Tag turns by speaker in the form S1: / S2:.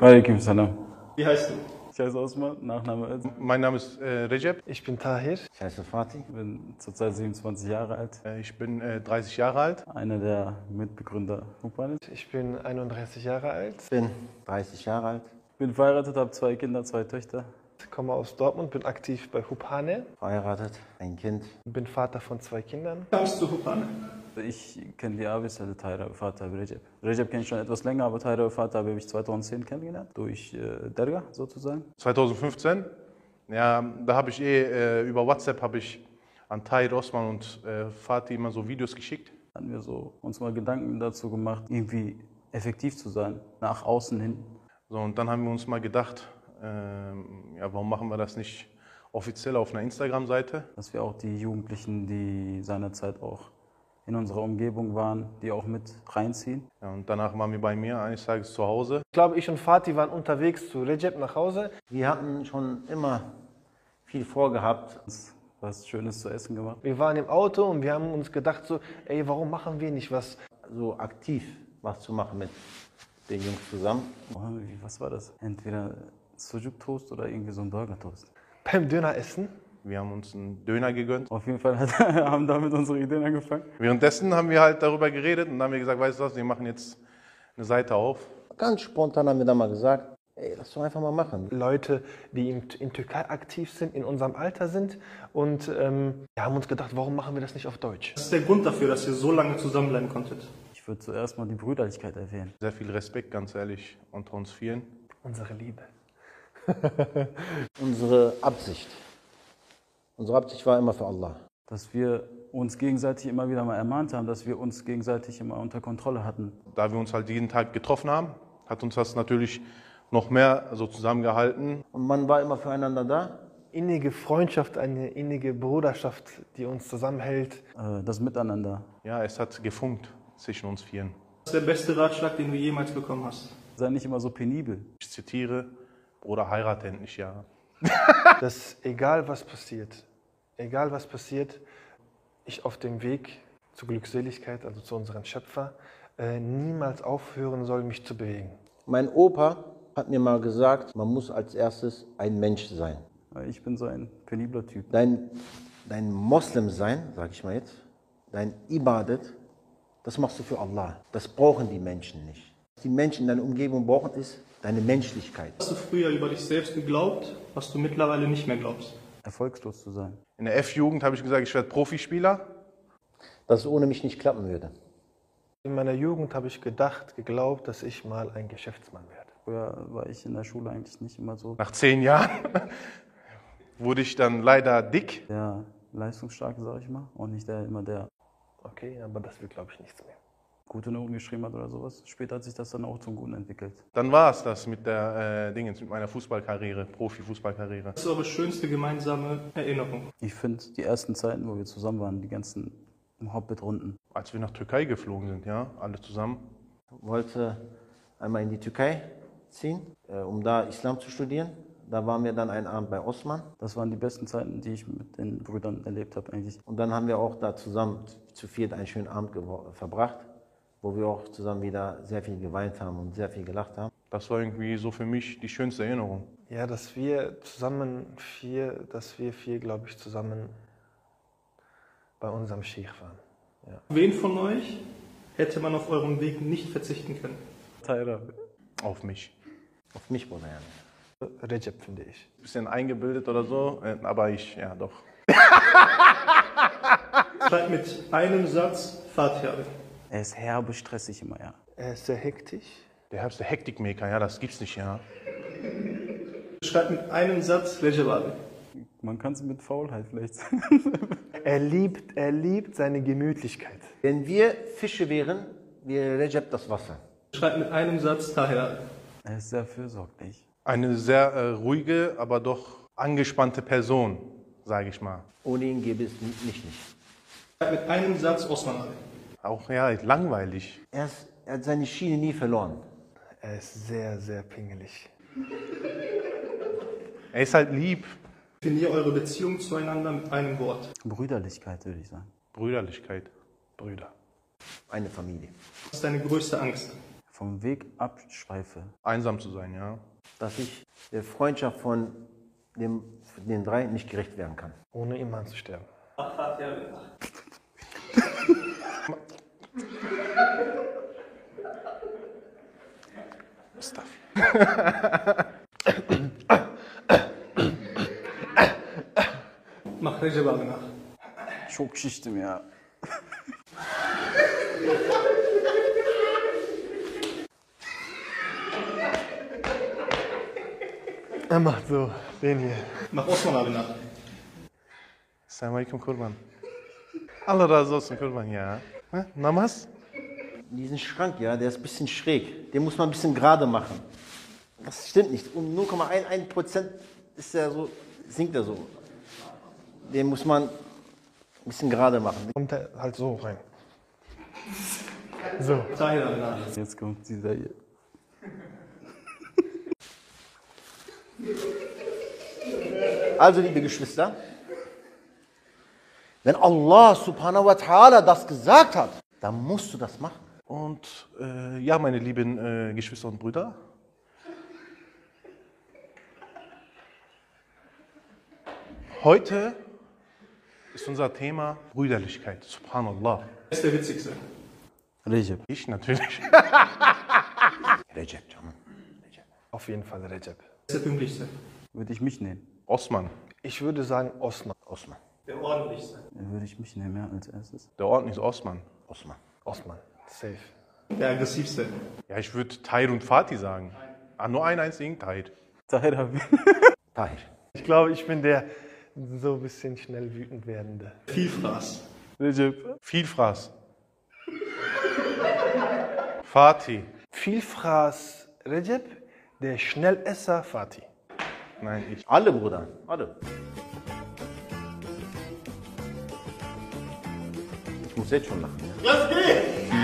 S1: Aleykümselam.
S2: Wie heißt du?
S1: Scheiß Osman, Nachname Öz.
S2: Mein Name ist äh, Recep.
S3: Ich bin Tahir.
S4: Scheiße Fatih.
S1: Bin zurzeit 27 Jahre alt.
S2: Äh, ich bin äh, 30 Jahre alt.
S1: Einer der Mitbegründer Hupanis.
S3: Ich bin 31 Jahre alt,
S4: Bin 30 Jahre alt,
S1: Bin verheiratet, habe zwei Kinder, zwei Töchter.
S3: komme aus Dortmund, bin aktiv bei Hupane,
S4: verheiratet, ein Kind.
S3: bin Vater von zwei Kindern.
S2: Kamst du Hopane?
S1: Ich kenne die Arbeitsstelle Taira Vater Recep. Recep kenne ich schon etwas länger, aber Taira Vater habe ich 2010 kennengelernt. Durch äh, Derga sozusagen.
S2: 2015. Ja, da habe ich eh äh, über WhatsApp habe ich an Tahir Osman und äh, Fatih immer so Videos geschickt.
S1: Haben wir so uns mal Gedanken dazu gemacht, irgendwie effektiv zu sein, nach außen hin.
S2: So, und dann haben wir uns mal gedacht, ähm, ja, warum machen wir das nicht offiziell auf einer Instagram-Seite?
S1: dass wir auch die Jugendlichen, die seinerzeit auch in unserer Umgebung waren, die auch mit reinziehen.
S2: Ja, und danach waren wir bei mir eines Tages zu Hause.
S3: Ich glaube, ich und Fatih waren unterwegs zu Recep nach Hause.
S4: Wir hatten schon immer viel vorgehabt.
S1: Was Schönes zu essen gemacht.
S3: Wir waren im Auto und wir haben uns gedacht so, ey, warum machen wir nicht was?
S4: so aktiv was zu machen mit den Jungs zusammen.
S1: Oh, wie- Was war das? Entweder Sujuk Toast oder irgendwie so ein Burger Toast.
S3: Beim Döner essen.
S2: Wir haben uns einen Döner gegönnt.
S1: Auf jeden Fall hat, haben damit unsere Ideen angefangen.
S2: Währenddessen haben wir halt darüber geredet und dann haben wir gesagt, weißt du was, wir machen jetzt eine Seite auf.
S4: Ganz spontan haben wir dann mal gesagt, ey, lass doch einfach mal machen.
S3: Leute, die in, in Türkei aktiv sind, in unserem Alter sind. Und ähm, wir haben uns gedacht, warum machen wir das nicht auf Deutsch?
S5: Was ist der Grund dafür, dass ihr so lange zusammenbleiben konntet?
S1: Ich würde zuerst mal die Brüderlichkeit erwähnen.
S2: Sehr viel Respekt, ganz ehrlich, unter uns vielen.
S3: Unsere Liebe.
S4: Unsere Absicht. Unsere Absicht war immer für Allah.
S1: Dass wir uns gegenseitig immer wieder mal ermahnt haben, dass wir uns gegenseitig immer unter Kontrolle hatten.
S2: Da wir uns halt jeden Tag getroffen haben, hat uns das natürlich noch mehr so zusammengehalten.
S4: Und man war immer füreinander da.
S3: Innige Freundschaft, eine innige Bruderschaft, die uns zusammenhält.
S1: Äh, Das Miteinander.
S2: Ja, es hat gefunkt zwischen uns vielen.
S5: Was ist der beste Ratschlag, den du jemals bekommen hast?
S1: Sei nicht immer so penibel.
S2: Ich zitiere, Bruder, heirate endlich, ja.
S3: Dass egal was passiert, egal was passiert, ich auf dem Weg zur Glückseligkeit, also zu unserem Schöpfer, äh, niemals aufhören soll, mich zu bewegen.
S4: Mein Opa hat mir mal gesagt, man muss als erstes ein Mensch sein.
S1: Weil Ich bin so ein penibler Typ.
S4: Dein, dein Moslem sein, sag ich mal jetzt, dein Ibadet, das machst du für Allah. Das brauchen die Menschen nicht. Was die Menschen in deiner Umgebung brauchen, ist deine Menschlichkeit.
S5: Hast du früher über dich selbst geglaubt, was du mittlerweile nicht mehr glaubst?
S1: Erfolgslos zu sein.
S2: In der F-Jugend habe ich gesagt, ich werde Profispieler.
S4: Dass es ohne mich nicht klappen würde.
S3: In meiner Jugend habe ich gedacht, geglaubt, dass ich mal ein Geschäftsmann werde.
S1: Früher war ich in der Schule eigentlich nicht immer so
S2: Nach zehn Jahren wurde ich dann leider dick.
S1: der Leistungsstarke, sag ich mal, und nicht der immer der
S3: Okay, aber das wird, glaube ich, nichts mehr.
S1: gute Noten geschrieben hat oder sowas. Später hat sich das dann auch zum Guten entwickelt.
S2: Dann war es das mit der äh, Dingens, mit meiner Fußballkarriere, Profifußballkarriere.
S5: Was ist eure schönste gemeinsame Erinnerung?
S1: Ich finde die ersten Zeiten, wo wir zusammen waren, die ganzen Hobbit-Runden.
S2: Als wir nach Türkei geflogen sind, ja, alle zusammen.
S4: wollte einmal in die Türkei ziehen, äh, um da Islam zu studieren. Da waren wir dann einen Abend bei Osman
S1: Das waren die besten Zeiten, die ich mit den Brüdern erlebt habe eigentlich.
S4: und dann haben wir auch da zusammen zu viert einen schönen Abend gewo- verbracht, wo wir auch zusammen wieder sehr viel geweint haben und sehr viel gelacht haben.
S2: Das war irgendwie so für mich die schönste Erinnerung.
S3: Ja, dass wir zusammen vier, dass wir vier, glaube ich, zusammen bei unserem Sheikh waren.
S5: Wen von euch hätte man auf eurem Weg nicht verzichten können?
S1: Tyra.
S2: Auf mich.
S4: Auf mich, Bruder. ja.
S3: Recep, finde ich.
S2: Bisschen eingebildet oder so, äh, aber ich, ja, doch.
S5: Schreibt mit einem Satz Fatiha.
S1: Er ist herbe, stressig immer, ja.
S3: Er ist sehr hektisch.
S2: Der Herbst, der Hektikmaker, ja, das gibt's nicht, ja.
S5: Schreibt mit einem Satz Rejababi.
S1: Man kann es mit Faulheit vielleicht
S3: Er liebt, er liebt seine Gemütlichkeit.
S4: Wenn wir Fische wären, wäre Recep das Wasser.
S5: Schreibt mit einem Satz Tahir.
S1: Er ist sehr fürsorglich.
S2: Eine sehr äh, ruhige, aber doch angespannte Person, sage ich mal.
S4: Ohne ihn gäbe es mi- mich nicht.
S5: Schreibt mit einem Satz Osman.
S2: Auch, ja, langweilig.
S4: Er, ist, er hat seine Schiene nie verloren.
S3: Er ist sehr, sehr pingelig.
S2: Er ist halt lieb.
S5: Definiert eure Beziehung zueinander mit einem Wort.
S1: Brüderlichkeit, würde ich sagen.
S2: Brüderlichkeit. Brüder.
S4: Eine Familie.
S5: Was ist deine größte Angst?
S1: vom Weg abschweife,
S2: Einsam zu sein, ja.
S4: dass ich der Freundschaft von dem, den drei nicht gerecht werden kann.
S3: ohne Iman zu sterben.
S5: Mach Recep abi nach.
S1: çok şiştim ya.
S3: Er macht so, den hier.
S5: Mach Osman abi nach.
S2: Assalamu alaikum Kurban. Allah razı olsun Kurban, ja. Ne? Namaz?
S4: Diesen Schrank, ja, der ist ein bisschen schräg. Den muss man ein bisschen gerade machen. Das stimmt nicht. Um 0,11 Prozent ist er so, sinkt er so. Den muss man ein bisschen gerade machen.
S3: Kommt er halt so rein. So.
S5: Tahir abi nach.
S1: Jetzt kommt dieser hier.
S4: Also, liebe Geschwister, wenn Allah subhanahu wa ta'ala das gesagt hat, dann musst du das machen.
S2: Und äh, ja, meine lieben äh, Geschwister und Brüder, heute ist unser Thema Brüderlichkeit. Subhanallah.
S5: Das ist der Witzigste.
S1: Recep.
S2: Ich natürlich.
S4: Reject, Jamal.
S3: Auf jeden Fall Recep.
S5: Das ist der Pünktlichste.
S1: Würde ich mich nehmen.
S2: Osman,
S3: Ich würde sagen Osman.
S4: Osman.
S5: Der Ordentlichste.
S1: Dann Würde ich mich nehmen, ja, als erstes.
S2: der Ordnung ist Osman.
S4: Osman.
S3: Osman. Safe.
S5: Der Aggressivste.
S2: Ja, ich würde Tahir und Fatih sagen. Ah, nur einen einzigen Tahir.
S1: Tahir abi.
S4: Tahir.
S3: Ich glaube, ich bin der so ein bisschen schnell wütend werdende.
S5: Vielfraß.
S1: Recep.
S2: Vielfraß. Fatih.
S3: Vielfraß Recep, der Schnellesser Fatih.
S2: Nein, ich.
S4: Alle, Bruder. Alle. Ich muss jetzt schon lachen. Ja?